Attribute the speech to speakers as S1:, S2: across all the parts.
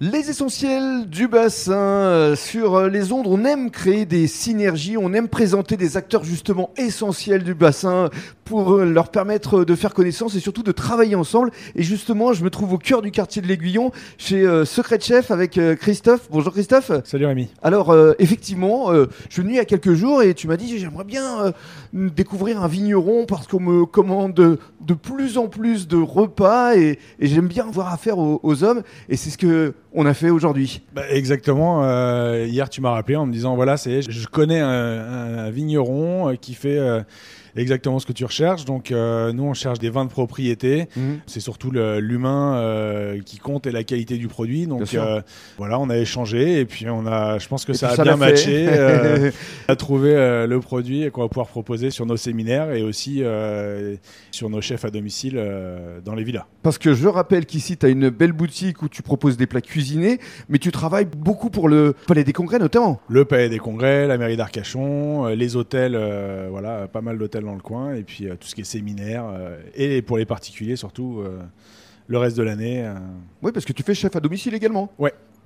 S1: Les essentiels du bassin euh, sur euh, les ondes, on aime créer des synergies, on aime présenter des acteurs justement essentiels du bassin pour euh, leur permettre euh, de faire connaissance et surtout de travailler ensemble. Et justement, je me trouve au cœur du quartier de l'Aiguillon chez euh, Secret Chef avec euh, Christophe. Bonjour Christophe.
S2: Salut Rémi.
S1: Alors euh, effectivement, euh, je suis venu il y a quelques jours et tu m'as dit j'aimerais bien euh, découvrir un vigneron parce qu'on me commande de, de plus en plus de repas et, et j'aime bien avoir affaire aux, aux hommes et c'est ce que on a fait aujourd'hui.
S2: Bah, exactement. euh, hier, tu m'as rappelé en me disant voilà, c'est, je connais un, un- un vigneron euh, qui fait euh, exactement ce que tu recherches. Donc, euh, nous, on cherche des vins de propriété. C'est surtout le- l'humain euh, qui compte et la qualité du produit.
S1: Bien
S2: Donc,
S1: sûr.
S2: euh, voilà, on a échangé et puis on a, je pense que
S1: Et
S2: ça
S1: puis
S2: a
S1: l'a
S2: bien
S1: fait.
S2: matché. euh, on a trouvé euh, le produit qu'on va pouvoir proposer sur nos séminaires et aussi euh, sur nos chefs à domicile euh, dans les villas.
S1: Parce que je rappelle qu'ici, tu as une belle boutique où tu proposes des plats cuisinés, mais tu travailles beaucoup pour le Palais des Congrès notamment.
S2: le Palais des Congrès, la mairie d'Arcachon, euh, les hôtels, euh, voilà, euh, pas mal d'hôtels dans le coin, et puis euh, tout ce qui est séminaire, euh, et pour les particuliers surtout, euh, le reste de l'année. euh,
S1: Oui, parce que tu fais chef à domicile également.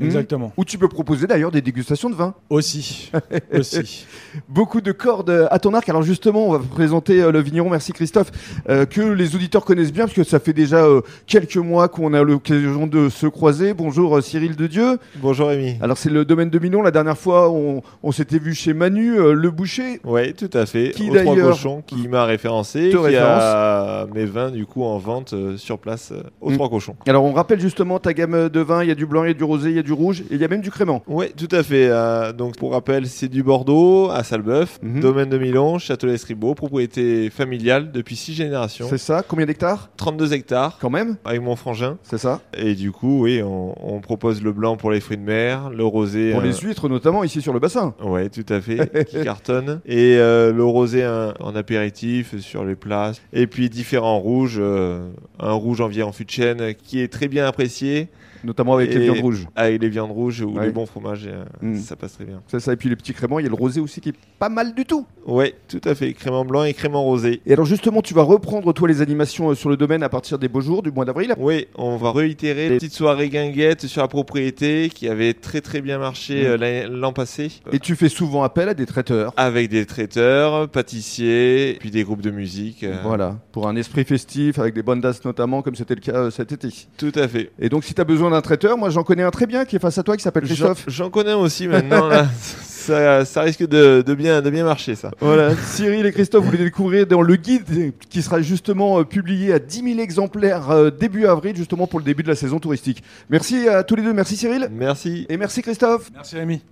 S1: Mhm.
S2: Exactement.
S1: Où tu peux proposer d'ailleurs des dégustations de vin.
S2: Aussi. aussi.
S1: Beaucoup de cordes euh, à ton arc. Alors justement, on va vous présenter euh, le vigneron, merci Christophe, euh, que les auditeurs connaissent bien, parce que ça fait déjà euh, quelques mois qu'on a l'occasion de se croiser. Bonjour euh, Cyril de Dieu.
S3: Bonjour Rémi.
S1: Alors c'est le domaine de Minon. La dernière fois, on, on s'était vu chez Manu, euh, le boucher.
S3: Oui, tout à fait.
S1: Qui
S3: Aux Trois
S1: d'ailleurs
S3: Cochons, qui m'a référencé,
S1: te
S3: qui a mes vins du coup en vente euh, sur place euh, aux
S1: Mm.
S3: Trois Cochons.
S1: Alors on rappelle justement ta gamme de vin. Il y a du blanc, il y a du rosé, il y a du rouge, et il y a même du crément.
S3: Oui, tout à fait. euh, donc pour rappel, c'est du Bordeaux à Salbeuf,
S1: Mhm.
S3: domaine de Milon, Châtelet-Escribeau, propriété familiale depuis six générations,
S1: C'est ça Combien d'hectares
S3: 32 hectares
S1: Quand même
S3: avec mon frangin.
S1: C'est ça
S3: Et du coup, oui, on, on propose le blanc pour les fruits de mer, le rosé
S1: Pour
S3: euh,
S1: les huîtres notamment ici sur le bassin.
S3: Ouais, tout à fait, qui cartonne. Et euh, le rosé hein, en apéritif sur les plats. Et puis différents rouges. euh, un rouge en vieille fût de chêne qui est très bien apprécié Ah,
S1: Notamment avec les
S3: Et-
S1: viandes rouges.
S3: avec les viandes rouges ou
S1: Ouais.
S3: les bons fromages. euh,
S1: Mm.
S3: Ça passe très bien.
S1: C'est ça. Et puis les petits créments, il y a le rosé aussi qui est pas mal du tout.
S3: Ouais, tout à fait. Crément blanc et crément rosé.
S1: Et alors justement, tu vas reprendre toi les animations euh, sur le domaine à partir des beaux jours du mois d'avril.
S3: Oui, on va réitérer les petites soirées guinguettes sur la propriété qui avaient très très bien marché
S1: Mm.
S3: euh, l'année- l'an passé.
S1: Et tu fais souvent appel à des traiteurs.
S3: Avec des traiteurs, pâtissiers, puis des groupes de musique. euh,
S1: Voilà, pour un esprit festif, avec des bandas notamment, comme c'était le cas euh, cet été.
S3: Tout à fait.
S1: Et donc, si tu as besoin d'un traiteur, moi j'en connais un très bien qui est face à toi, qui s'appelle
S3: J'en
S1: Christophe.
S3: j'en connais aussi maintenant. là. ça, ça risque de, de bien, de bien marcher, ça.
S1: Voilà, Cyril et Christophe, vous les découvrirez dans le guide qui sera justement euh, publié à 10 000 exemplaires euh, début avril, justement pour le début de la saison touristique. Merci à tous les deux, merci Cyril
S3: Merci.
S1: et merci Christophe.
S2: Merci Rémi.